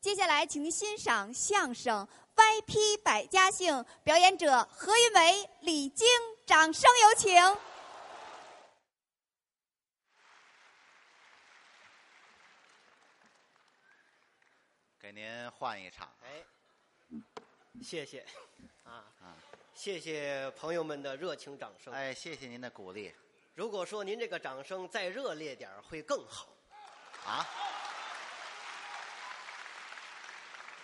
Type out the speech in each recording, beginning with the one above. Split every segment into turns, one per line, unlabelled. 接下来，请您欣赏相声《歪批百家姓》，表演者何云伟、李菁，掌声有请。
给您换一场，
哎，谢谢，啊
啊，
谢谢朋友们的热情掌声。
哎，谢谢您的鼓励
如果说您这个掌声再热烈点儿会更好。
啊！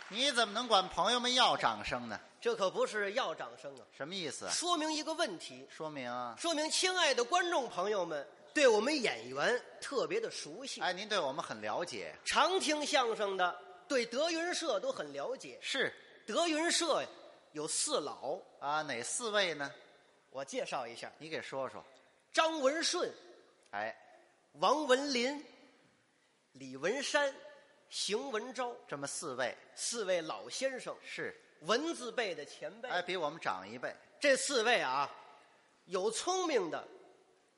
你怎么能管朋友们要掌声呢？
这可不是要掌声啊，
什么意思？
说明一个问题，
说明啊
说明亲爱的观众朋友们对我们演员特别的熟悉。
哎，您对我们很了解，
常听相声的对德云社都很了解。
是
德云社呀有四老，
啊？哪四位呢？
我介绍一下：
你给说说。
张文顺、
哎，
王文林、李文山、邢文昭
这么四位
四位老先生。
是
文字辈的前辈。
哎，比我们长一辈，
这四位啊，有聪明的，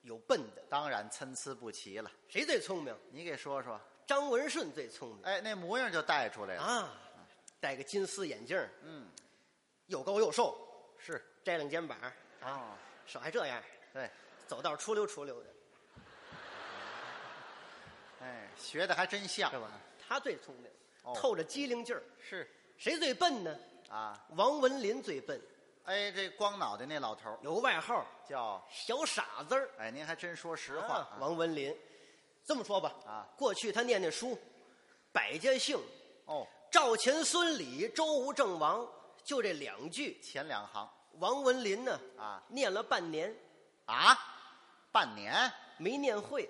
有笨的。
当然参差不齐了。
谁最聪明？
你给说说。
张文顺最聪明、
哎，那模样就带出来了。
啊，戴个金丝眼镜儿，
哎嗯，
又高又瘦，
是
摘两肩膀，
哦，
手还这样，
对，
走道出溜出溜的，
哎，学的还真像，
是吧？他最聪明，
哦
透着机灵劲儿。
是
谁最笨呢？
啊，
王文林最笨，
哎，这光脑袋那老头儿
有个外号
叫，
小傻子儿。
哎，您还真说实话
啊
啊，
王文林，这么说吧，
啊
过去他念那书《百家姓》，
哦，
赵钱孙李周吴郑王，就这两句。
前两行
王文林呢，
啊
念了半年
啊，半年，
没念会。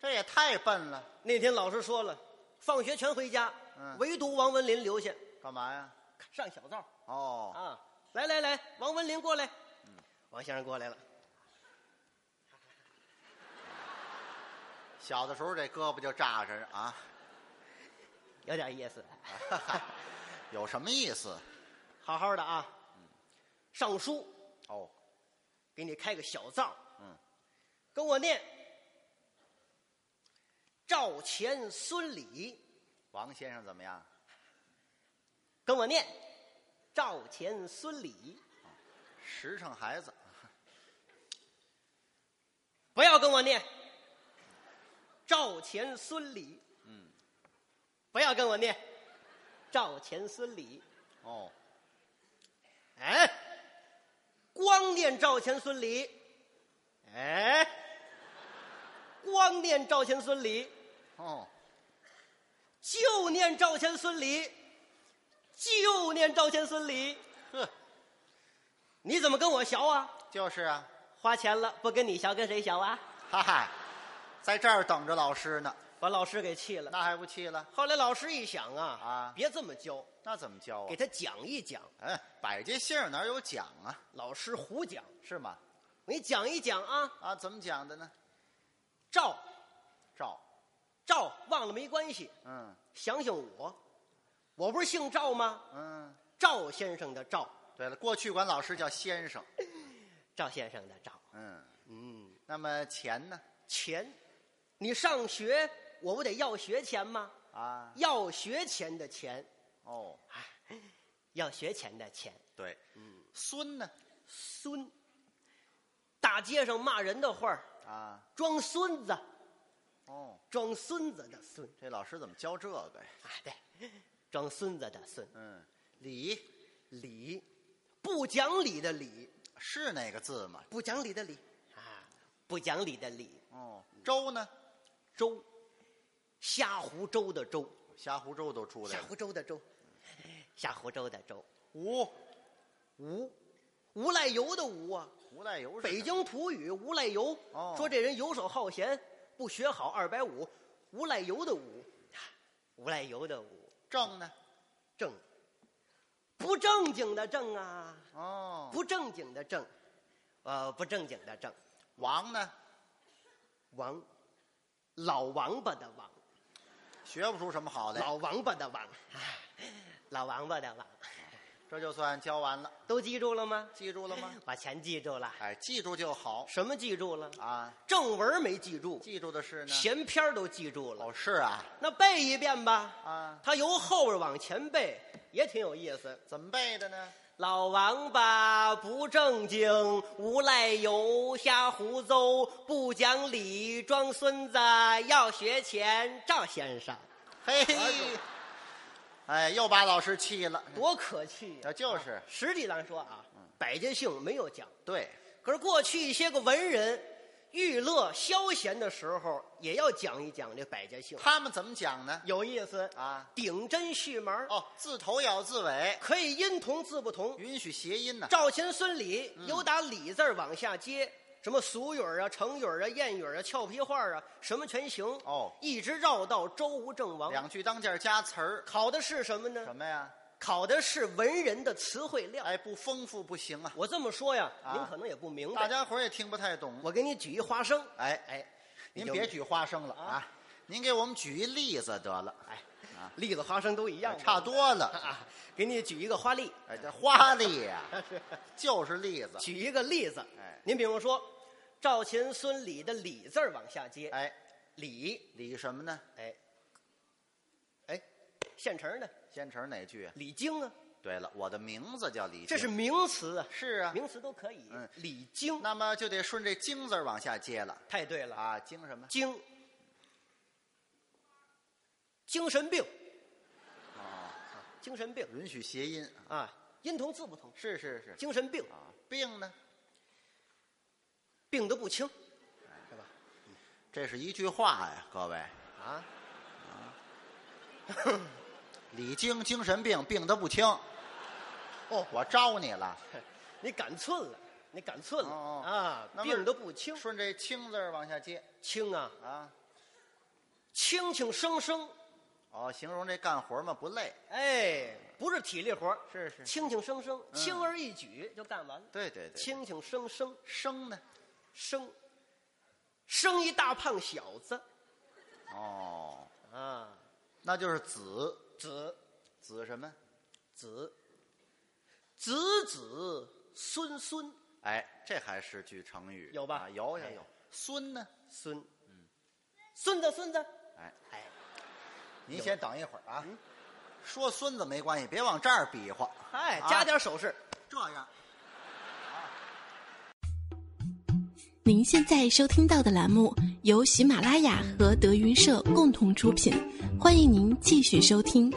这也太笨了，
那天老师说了，放学全回家，
嗯
唯独王文林留下
干嘛呀？
上小灶
哦，嗯
啊。来来来，王文林过来，王先生过来了。
小的时候这胳膊就扎着啊，
有点意思，
有什么意思？
好好的啊。
嗯
上书
哦，
给你开个小灶，
嗯，
跟我念。赵钱孙李，
王先生怎么样？
跟我念。赵钱孙李，
实诚孩子，
不要跟我念。赵钱孙李，
嗯，
不要跟我念。赵钱孙李，
哦，
哎，光念赵钱孙李，哎，光念赵钱孙李，
哦，
就念赵钱孙李，就念赵钱孙李。
呵，
你怎么跟我学啊？
就是啊，
花钱了不跟你学，跟谁学啊？
哈哈，在这儿等着老师呢，
把老师给气了。
那还不气了？
后来老师一想啊，
啊
别这么教，
那怎么教啊
给？他讲一讲。
嗯，百家姓儿哪有讲啊？
老师胡讲，
是吗？
我给你讲一讲啊。
啊，怎么讲的呢？
赵
赵，
赵忘了没关系，
嗯
想想我，我不是姓赵吗？
嗯，
赵先生的赵，
对了，过去管老师叫先生，
赵先生的赵。
嗯，
嗯，
那么钱呢？
钱，你上学我不得要学钱吗？
啊，
要学钱的钱，
哦，
要学钱的钱。
对，嗯，孙呢？
孙，大街上骂人的话儿
啊，
装孙子，
哦，
装孙子的孙。
这老师怎么教这个呀？
啊，对，装孙子的孙。
嗯，礼
理，不讲理的理，
是哪个字吗？
不讲理的理啊，不讲理的理。
哦，周呢？
周，虾湖州的周，
虾湖州都出来
虾
了。
湖州的 周，虾湖州的周，
吴，
无，无赖油的无啊。
吴代游是
北
哪
京土语无赖油，
哦
说这人游手好闲，不学好二百五，无赖油的无，无赖油的无，
郑呢？
正，不正经的正啊，
哦，
不正经的正，呃，不正经的正，
王呢？
王，老王八的王，
学不出什么好来。
老王八的王，哎老王八的王，
这就算教完了，
都记住了吗？
记住了吗？
把钱记住了，
哎，记住就好
什么记住了？
啊。
正文没记住，
记住的是呢，
闲篇儿都记住了
哦，。是啊，
那背一遍吧，
啊，
他由后边往前背也挺有意思。
怎么背的呢？
老王八不正经，无赖油，瞎胡诌，不讲理，装孙子，要学钱，赵先生，
嘿
哎呦，
哎，又把老师气了。
多可气呀、
啊，就是
实际上说啊，百家姓没有讲，
对，
可是过去一些个文人娱乐消闲的时候，也要讲一讲这百家姓，
他们怎么讲呢？
有意思
啊，
顶针续门儿，
哦，字头咬字尾，
可以音同字不同。
允许谐音呢。
赵钱孙李，
嗯
有打李字儿往下接，什么俗语儿啊、成语儿啊、谚语儿啊、俏皮话儿啊，什么全行。
哦
一直绕到周吴郑王。
两句当间加词儿，
考的是什么呢？
什么呀？
考的是文人的词汇量。
哎，不丰富不行啊，
我这么说呀，
啊
您可能也不明白。
大家伙儿也听不太懂。
我给你举一花生。
哎
哎，
您别举花生了啊，您给我们举一例子得了，
哎，栗子、花生都一样，
哎差多了。
啊。给你举一个花栗，
哎，这花栗 呀，就是栗子。
举一个例子。
哎
您比如说，赵钱孙李的李字儿往下接，
哎，
李，
李什么呢？
哎，哎，现成的。
先成哪句？
李菁啊，
对了，我的名字叫李菁，
这是名词啊，
是啊。
名词都可以。
嗯
李菁，
那么就得顺这“京”字儿往下接了
太对了，
啊，京什么？
精，精神病，
哦
啊，精神病
允许谐音，
啊，音同字不同，
是是是
精神病，
啊。病呢？
病得不轻
这是一句话呀，各位。
啊，
李菁精神病，病得不轻。
哦，
我招你了。
你赶寸了，你赶寸了
哦哦
啊，
那么
病得不轻，
顺这“清”字儿往下接
轻啊，
啊。
轻轻生生，
哦，形容这干活嘛不累。
哎，不是体力活儿
是是
轻轻生生，
嗯
轻而易举就干完了，
对对对。
轻轻生生。
生呢？
生，生一大胖小子
哦，
啊，
那就是子
子
子什么？
子子子孙孙
哎，这还是句成语，
有吧
啊有有
哎
有。孙呢？
孙，孙子孙子，
哎，
哎，嗯
您先等一会儿啊。说孙子没关系，别往这儿比划。
哎，
啊
加点手势，
这样。
您现在收听到的栏目由喜马拉雅和德云社共同出品，欢迎您继续收听。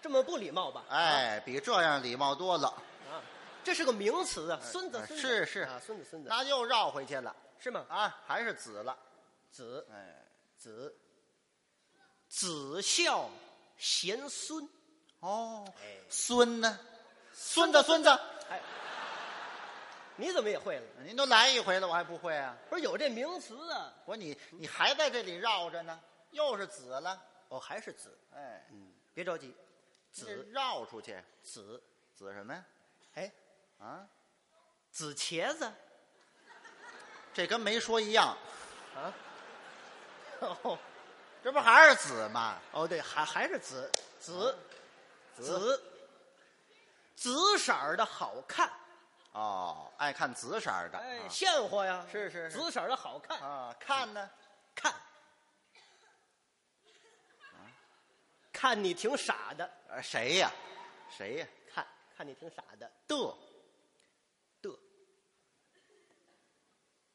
这么不礼貌吧？
哎，比这样礼貌多了。
啊，这是个名词啊，孙子
哎
孙子
是是
啊，孙子孙子
那又绕回去了
是吗？
啊，还是子了。
子
哎，
子子孝贤孙，
哦，
哎
孙呢？孙子孙子，
哎，你怎么也会了？
您都来一回了，我还不会啊？
不是有这名词啊？
我说你你还在这里绕着呢，又是子了。
哦，还是子，
哎，
嗯，别着急，
这
子
绕出去，
子，
子什么呀？
哎，
啊，
紫茄子
这跟没说一样，
啊，哦
这不还是子吗？
哦，对，还还是紫紫
啊
紫紫色儿的好看，
啊哦，爱看紫色儿的。
哎，
啊
现货呀，
是是是
紫色儿的好看，
啊，看呢？
看，看你挺傻的，
呃谁呀？谁呀？
看看你挺傻的，
的
嘚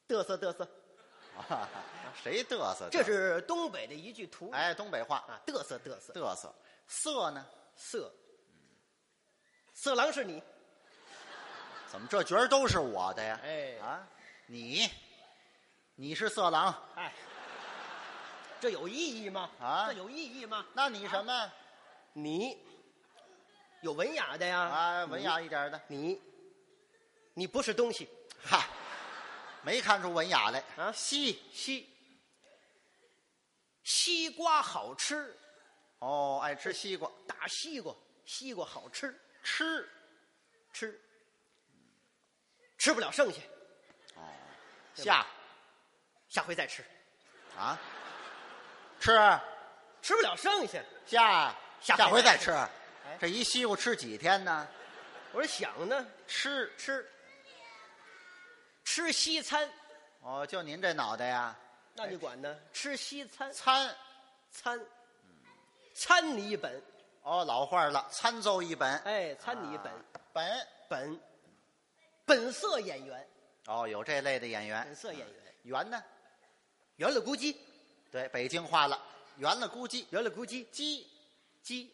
嘚瑟嘚瑟，
啊，谁嘚瑟？
这是东北的一句土语
哎，东北话
啊，嘚瑟嘚瑟。
嘚瑟。色呢？
色，色狼是你，
怎么这角儿都是我的呀？
哎
啊，你，你是色狼，
哎，这有意义吗？
啊
这有意义吗？
那你什么
你有文雅的呀，
啊？文雅一点的，
你，你你不是东西，
嗨，没看出文雅来
啊
西
西，西瓜好吃，
哦，爱吃西瓜，
大西瓜，西瓜好吃，
吃
吃，吃不了剩下，
下
下回再吃，
啊，吃
吃不了剩下，
下
下回
回再
再
吃，
哎
这一西瓜吃几天呢？
我说想呢，
吃
吃吃西餐，
哦，就您这脑袋呀，
那你管呢？吃西餐
参
餐，参你一本，
哦，老话了，参奏一本，
哎，参你一本、
啊本
本本色演员，
哦，有这类的演
本
员，
色演员，
圆呢？
圆了咕叽，
对，北京话了，圆了估计
圆了咕叽，
鸡，
鸡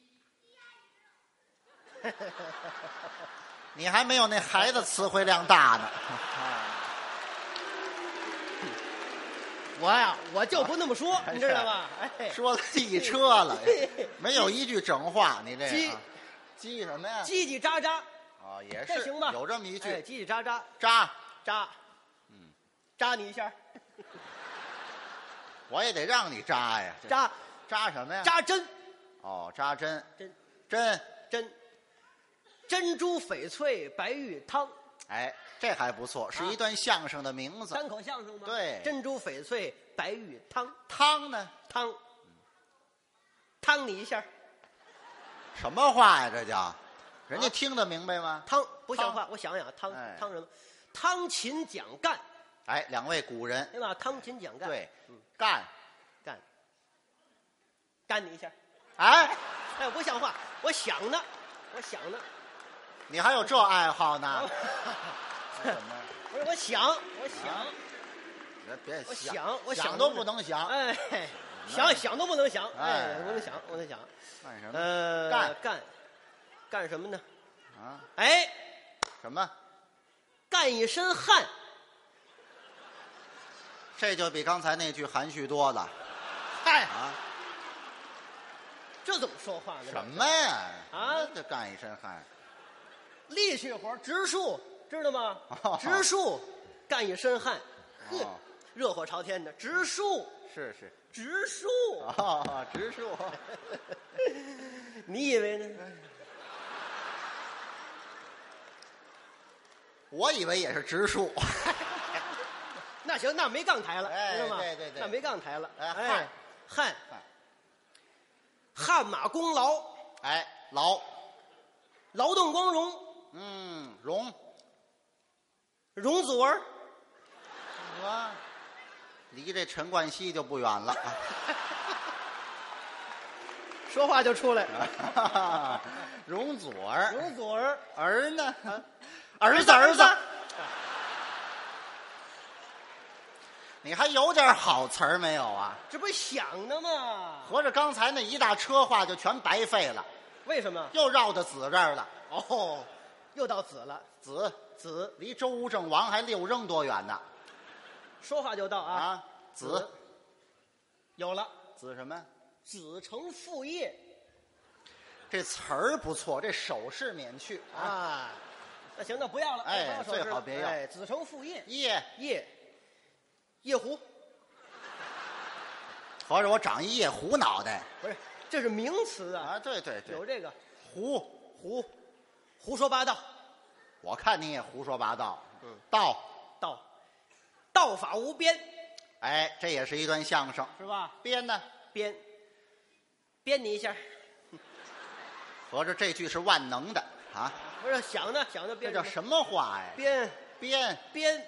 你还没有那孩子词汇量大呢。我呀，
我就不那么说，
啊
你知 道吗？哎，
说了一车了
嘿，
没有一句整话。你这个
鸡
鸡什么呀？
哎叽叽喳喳，
哦，也
这
是
行吧？
有这么啊一
哎
句嗯
叽叽喳喳
扎，
扎，扎你一下，
我也得让你扎呀。这
扎
扎什么呀？
扎针
哦，扎针
针
针，
针，珍珠翡翠白玉汤，
哎，这还不错，是一段相声的名字。
单口相啊声吗？
对
珍珠翡翠白玉汤
汤呢？
汤，汤你一下，
什么话呀？这
啊
叫，人家听得明白吗？
汤不像
汤
话，我想想，汤
哎
汤什么？汤勤蒋干，
哎，两位古人，
对吧？汤勤蒋干，
对
嗯，
干，
干，干你一下，
哎，
哎，不像话，我想呢，我想呢，
你还有这爱好呢？怎么？
不 是我想，我想。
别别
我想我
想
想
都
都
不能想，
哎，想想都不能想，
啊哎
哎，不能想，不能想。
干什么
呃，
干
干干什么呢？
啊？
哎，
什么？
干一身汗，
这就比刚才那句含蓄多了
哎，
啊！
这怎么说话呢？
什么呀？
啊
这干一身汗，
力气活，植树，知道吗
哦？
植树，干一身汗，哼
哦，
热火朝天的植树，
是是
植树，
哦，植树，
你以为呢？
我以为也是植树，
那行，那没杠台了，
哎
知道吗？
对对对
那没杠台了。
哎
哎，汗
汗，
汗马功劳，
哎，劳，
劳动光荣，
嗯，荣
容祖儿。
啊，离这陈冠希就不远了。
说话就出来。
哎容祖儿，
容祖儿，
儿呢？ 儿子，儿子，你还有点好词儿没有啊？
这不是想呢吗？
合着刚才那一大车话就全白费了，
为什么？
又绕到子这儿了。
哦，又到子了，
子
子
离周吴郑王还六扔多远呢？
说话就到啊。
啊，子
有了，
子什么？
子承父业
这词儿不错，这手势免去啊。
啊。那行，那不要了，
哎
不要手势了
最好别要
哎，子承父业，
夜，
夜夜壶
合着我长一夜狐脑袋
不是，这是名词啊，
啊？对对
有
对，
这个
狐
胡胡说八道，
我看你也胡说八道。
嗯，
道，
道道法无边
哎，这也是一段相声。
是吧？
编呢？
编编你一下，
合着这句是万能的啊？
不是想呢想呢
这
编
叫什
什么
么话呀？
鞭
编，
鞭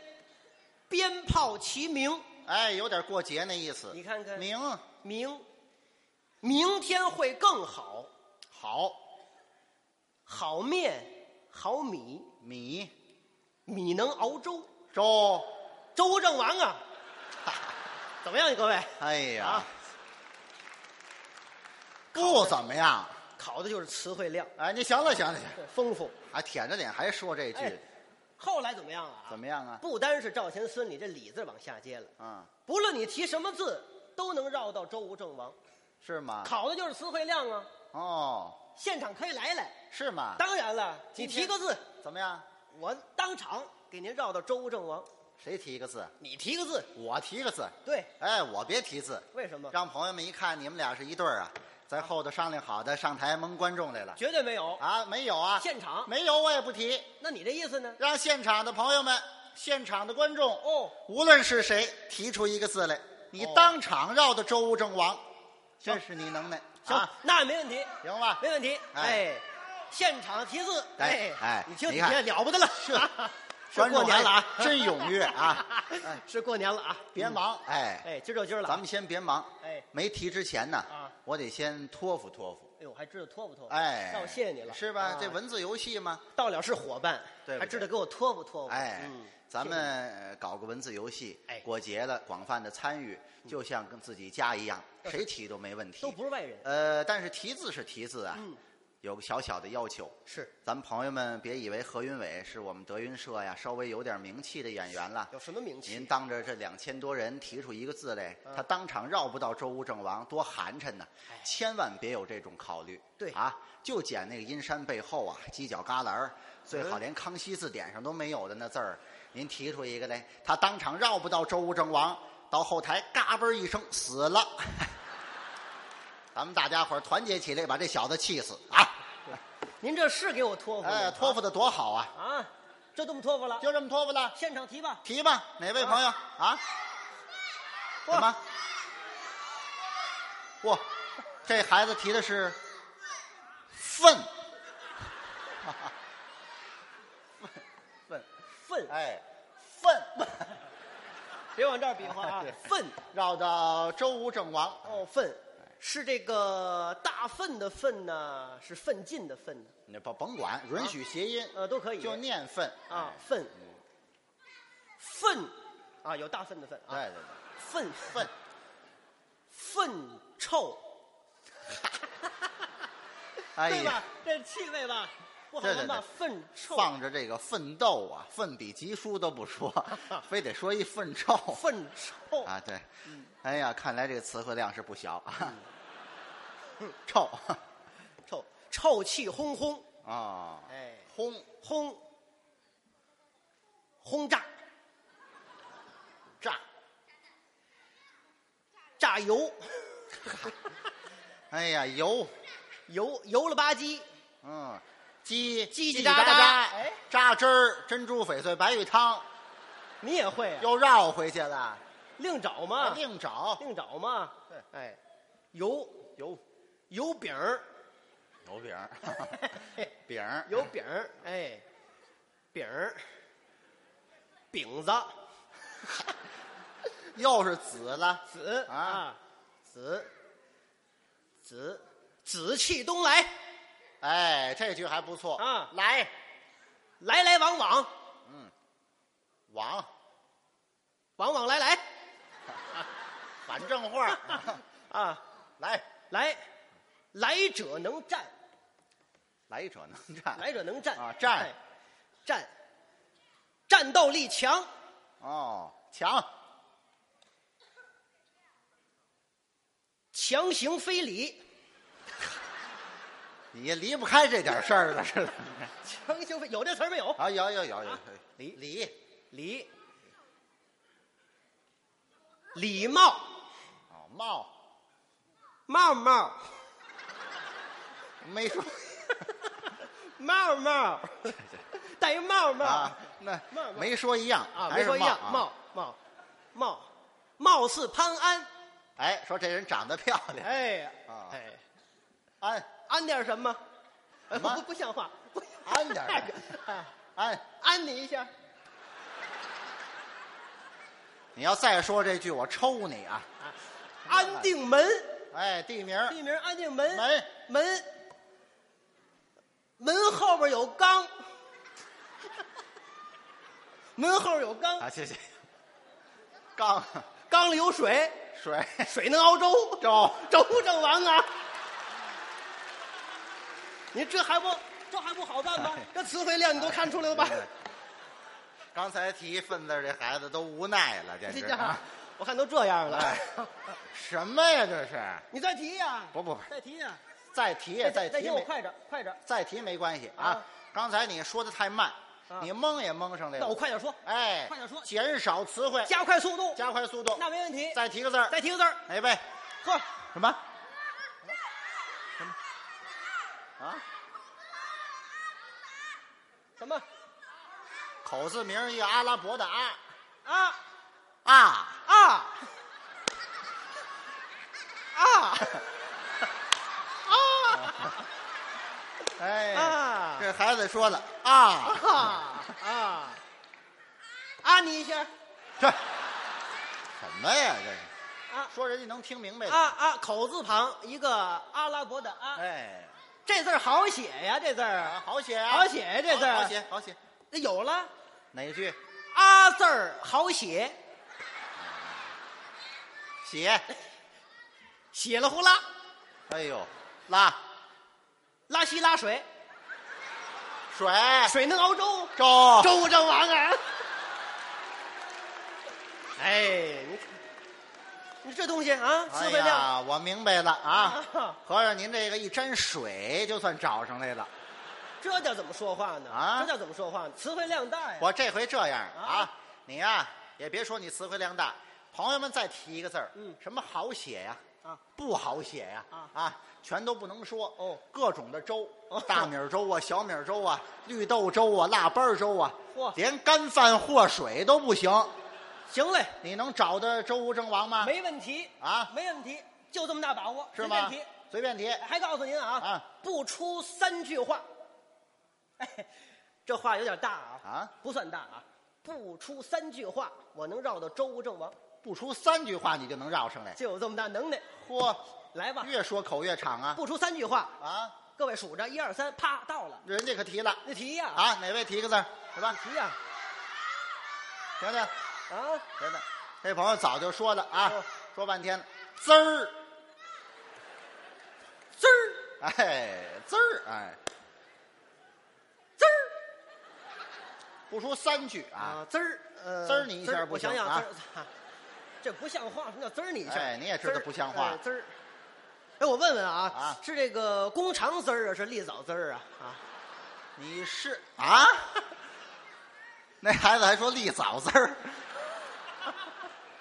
鞭炮齐鸣，
哎，有点过节那意思。
你看看
明
明明天会更好，
好
好面好米，
米
米能熬粥，
粥，
周郑王啊， 怎么样，各位？
哎呀
啊，
不怎么样。
考的就是词汇量
哎，你行了行了行了，
丰富。
啊，舔着脸还说这
哎
句，
后来怎么样了、啊？
怎么样啊？
不单是赵钱孙李，这李字往下接了，
啊，
不论你提什么字，都能绕到周吴郑王，
是吗？
考的就是词汇量啊。
哦，
现场可以来来，
是吗？
当然了，你
今天
提个字，
怎么样？
我当场给您绕到周吴郑王。
谁提一个字？
你提个字，
我提个字。
对，
哎，我别提字，
为什么？
让朋友们一看你们俩是一对儿啊，在后头商量好的，上台蒙观众来了。
绝对没有。
啊，没有啊，
现场
没有，我也不提。
那你这意思呢？
让现场的朋友们、现场的观众，
哦，
无论是谁提出一个字来，你
哦
当场绕到周吴郑王，这是你能耐。
行，
啊，
那没问题，
行吧？
没问题。
哎
哎，现场题字，
哎哎
你听
你
你
看
这了不得了，
是
啊 是
观众
过年了啊，
哎真 踊跃啊！哎，
是过年了啊，
别忙，哎，
哎，今儿就今儿了啊，
咱们先别忙。
哎
没提之前呢
啊，
我得先托付托付。
哎呦，还知道托付托付，
哎，
那我谢谢你了，
是吧？
啊
这文字游戏嘛，
到了是伙伴，
对不对
还知道给我托付托付，
哎
嗯，
咱们呃搞个文字游戏
哎，嗯
过节了广泛的参与，就像跟自己家一样，谁提都没问题。
都不是外人，
呃，但是题字是题字啊
嗯，
有个小小的要求。
是
咱们朋友们别以为何云伟是我们德云社呀稍微有点名气的演员了
有，什么名气？
您当着这两千多人提出一个字来，他当场绕不到周吴郑王，多寒碜呐！千万别有这种考虑。
对
啊，就捡那个阴山背后啊，犄角旮旯儿，最好连康熙字典上都没有的那字儿，您提出一个来，他当场绕不到周吴郑王，到后台嘎嘣一声死了。 咱们大家伙儿团结起来，把这小子气死啊！
您这是给我托付吗，
哎，托付的多好啊！
啊，这都不托付了，
就这么托付了，
现场提吧，
提吧，哪位朋友啊？
嚯
什么？哇，这孩子提的是粪，粪
粪
粪，，哎，粪，
别往这儿比划啊，
哎
粪
绕到周吴郑王，
哦，粪是这个大粪的粪呢，是奋进的粪呢，
你甭甭管，允许谐音，
呃，都可以，
就念粪
啊，，粪，粪啊，有大粪的粪
哎对
啊，
对对，
粪
粪，
粪臭，
哎
对
呀
吧。？这是气味吧，不好
对对
闻吧？
对
粪臭，
放着这个奋斗啊，奋笔疾书都不 说，非得说一粪臭。
粪臭
啊，对，哎呀，看来这个词汇量是不小啊。 臭
臭，臭气烘烘，
啊，
哎，
轰
轰，轰炸，
炸，
炸油，
哎呀，油，
油油了吧唧，
嗯，鸡
叽叽
叽
喳
喳
喳
喳
哎，
榨汁儿、珍珠翡翠白玉汤
你也会啊？
又绕回去了，
另找嘛，
啊另找
另找嘛，
对
哎，油
油
油饼儿，
油饼儿，饼儿
油饼儿，哎，饼儿，饼子，
又是紫了，
子
啊
啊，子，子，紫气东来，
哎，这句还不错
啊
来，
来来往往，
王，
往往来来
反正话，
啊，
来，
来，来者能战，
来者能战，
来者能战
啊战
哎战，战斗力强，
哦，强，
强行非礼，
你也离不开这点事儿了似的。
强行非有这词儿没有？
啊，有有有有，
礼
礼
礼，礼貌，
啊帽
帽帽，
没说
帽帽，戴一帽帽
啊，那
帽帽
没说一样
啊，
还
没
是
说一样，
啊
貌貌貌，貌似潘安，
哎，说这人长得漂亮，
哎
啊
哎，
安
安点什么？哎，
什么
不不像话，不
安点儿
哎哎
安，
安你一下，
你要再说这句，我抽你啊！
安定门，
哎，地名儿
地名安定门
门
门门后边有缸，门后边有
啊，
缸，
谢谢。缸
缸里有水，
水
水能熬粥，
粥，
周正王啊！你这还不这还不好办吗？
哎
这词汇量你都看出来了吧？
刚才提粪字儿这孩子都无奈了，简
这
直
家
啊！
伙，我看都这样了。
哎，什么呀这是？
你再提呀！
不不不
再提呀！
再提也
再
再
再
提
提我
没
快点，快点！
再提没关系
啊
啊。刚才你说的太慢
啊，
你蒙也蒙上来
那我
了。
快点说，
哎，
快点说
减少词汇，
加快速度，
加快速度。
那没问题。
再提个字儿，
再提个字儿，
哪位？
呵，
什么？什么？啊？
什么
口字名一个阿拉伯的阿
啊
啊，
啊啊啊！
哎，
啊
这孩子说的啊，
啊啊啊你一下，
这什么呀？这是
啊
说人家能听明白
啊
的。
啊，口字旁一个阿拉伯的啊，
哎，
这字儿好写呀，这字
啊
儿
好写啊，
好写呀这字儿
好好写，好写。
有了
哪一句？
啊字儿好写，
写。
写了呼啦
哎呦，拉
拉稀拉水，
水
水能熬粥，
粥
周武郑王啊！哎，你看，你这东西啊，
哎
词汇量，
呀，我明白了啊
啊，
合着您这个一沾水就算找上来了。
这叫怎么说话呢？
啊
这叫怎么说话呢？词汇量大呀！
我这回这样啊
啊，
你呀、也别说你词汇量大，朋友们再提一个字儿，
嗯
什么好写呀、
啊
不好写呀、
啊
全都不能说
哦
各种的粥
哦，
大米粥啊， 小米粥啊，绿豆粥啊，腊八粥啊，
嚯
连干饭和水都不行。
行嘞，
你能找到周吴郑王吗？，
没问题
啊
没问题，就这么大把握，
是
随
吗？
便提
随便提，
还告诉您啊，
啊
不出三句话。 哎，这话有点大啊，
啊，
不算大啊，不出三句话，我能绕到周吴郑王，
不出三句话你就能绕上来。
就有这么大能耐。
嚯，
来吧，
越说口越长啊！
不出三句话，
啊，
各位数着一二三，啪到了。
人家可提了
那题呀，
啊，哪位提个字儿？来吧，
题呀，
停停。
啊，
真的，这朋友早就说了啊
哦，
说半天了，滋儿，
滋儿
哎，滋儿，哎，
滋儿
不出三句啊，
啊，滋儿，呃
滋儿你一下
滋
不
我想
行
想
啊
滋儿，啊这不像话，什么叫滋儿你一下？
哎你也知道
滋儿
不像话
哎滋儿。哎，我问问啊，
啊
是这个弓长滋儿啊，是利枣滋儿啊？啊，
你是啊？ 那孩子还说立枣字儿，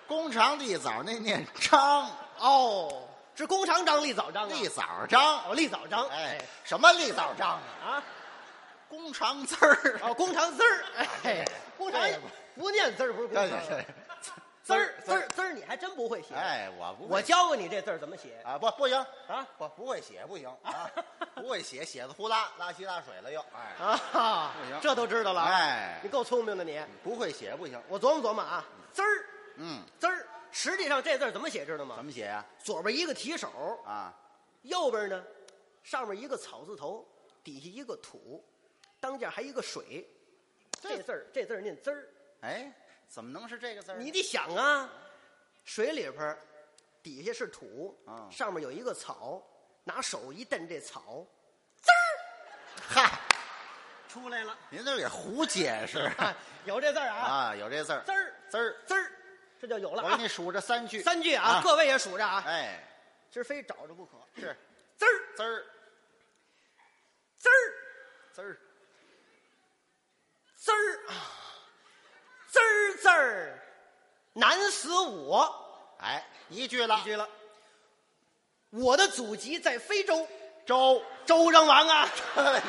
弓长立枣那念张，
哦，是弓长张，利枣张啊？
立枣张，
哦，利枣张，
哎，什么立枣张啊？
啊，
弓长字儿，
哦，弓长滋儿，哎，弓长
哎呀
不念滋儿，不是弓
对
长
对对，
滋儿滋儿滋儿，你还真不会写。，
哎，我不会
我教过你这字儿怎么写
啊，不不行，
啊
不不会写不行啊，不会写写字呼啦拉稀 拉水了又，哎。
啊
不行，
这都知道了啊。
哎嗯
你够聪明的你。
不会写不行。
我琢磨琢磨啊，滋儿
嗯，
滋儿，实际上这字儿怎么写知道吗
怎？么写呀、
左边一个提手，
啊？
右边呢，上面一个草字头，底下一个土，当间还一个水。这字儿这字儿念滋儿，
哎，怎么能是这个字儿？
你得想啊，水里边儿底下是土
啊，
上面有一个草，拿手一蹬这草，
嗨，
出来了。
您这给胡解 释
啊，有这字儿啊，
啊？有这字儿，
滋儿
滋儿。
滋儿，这就有了
我
啊
给。你数着三句，
三句啊，各位也数着啊，
哎，
今儿非找着不可。
是
滋儿
滋儿
滋儿。
滋儿，
滋儿啊，滋儿滋儿，难死我！
哎，一句了，
一句了，我的祖籍在非洲，
周
周张王啊！
这个